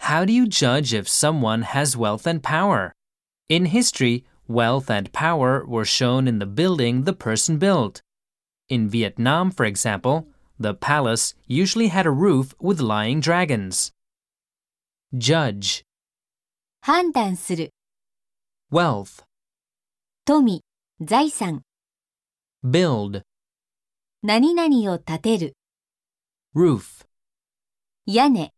How do you judge if someone has wealth and power? In history, wealth and power were shown in the building the person built. In Vietnam, for example, the palace usually had a roof with lying dragons. Judge 判断する、 Wealth 富、財産、 Build 何々を建てる、 Roof 屋根。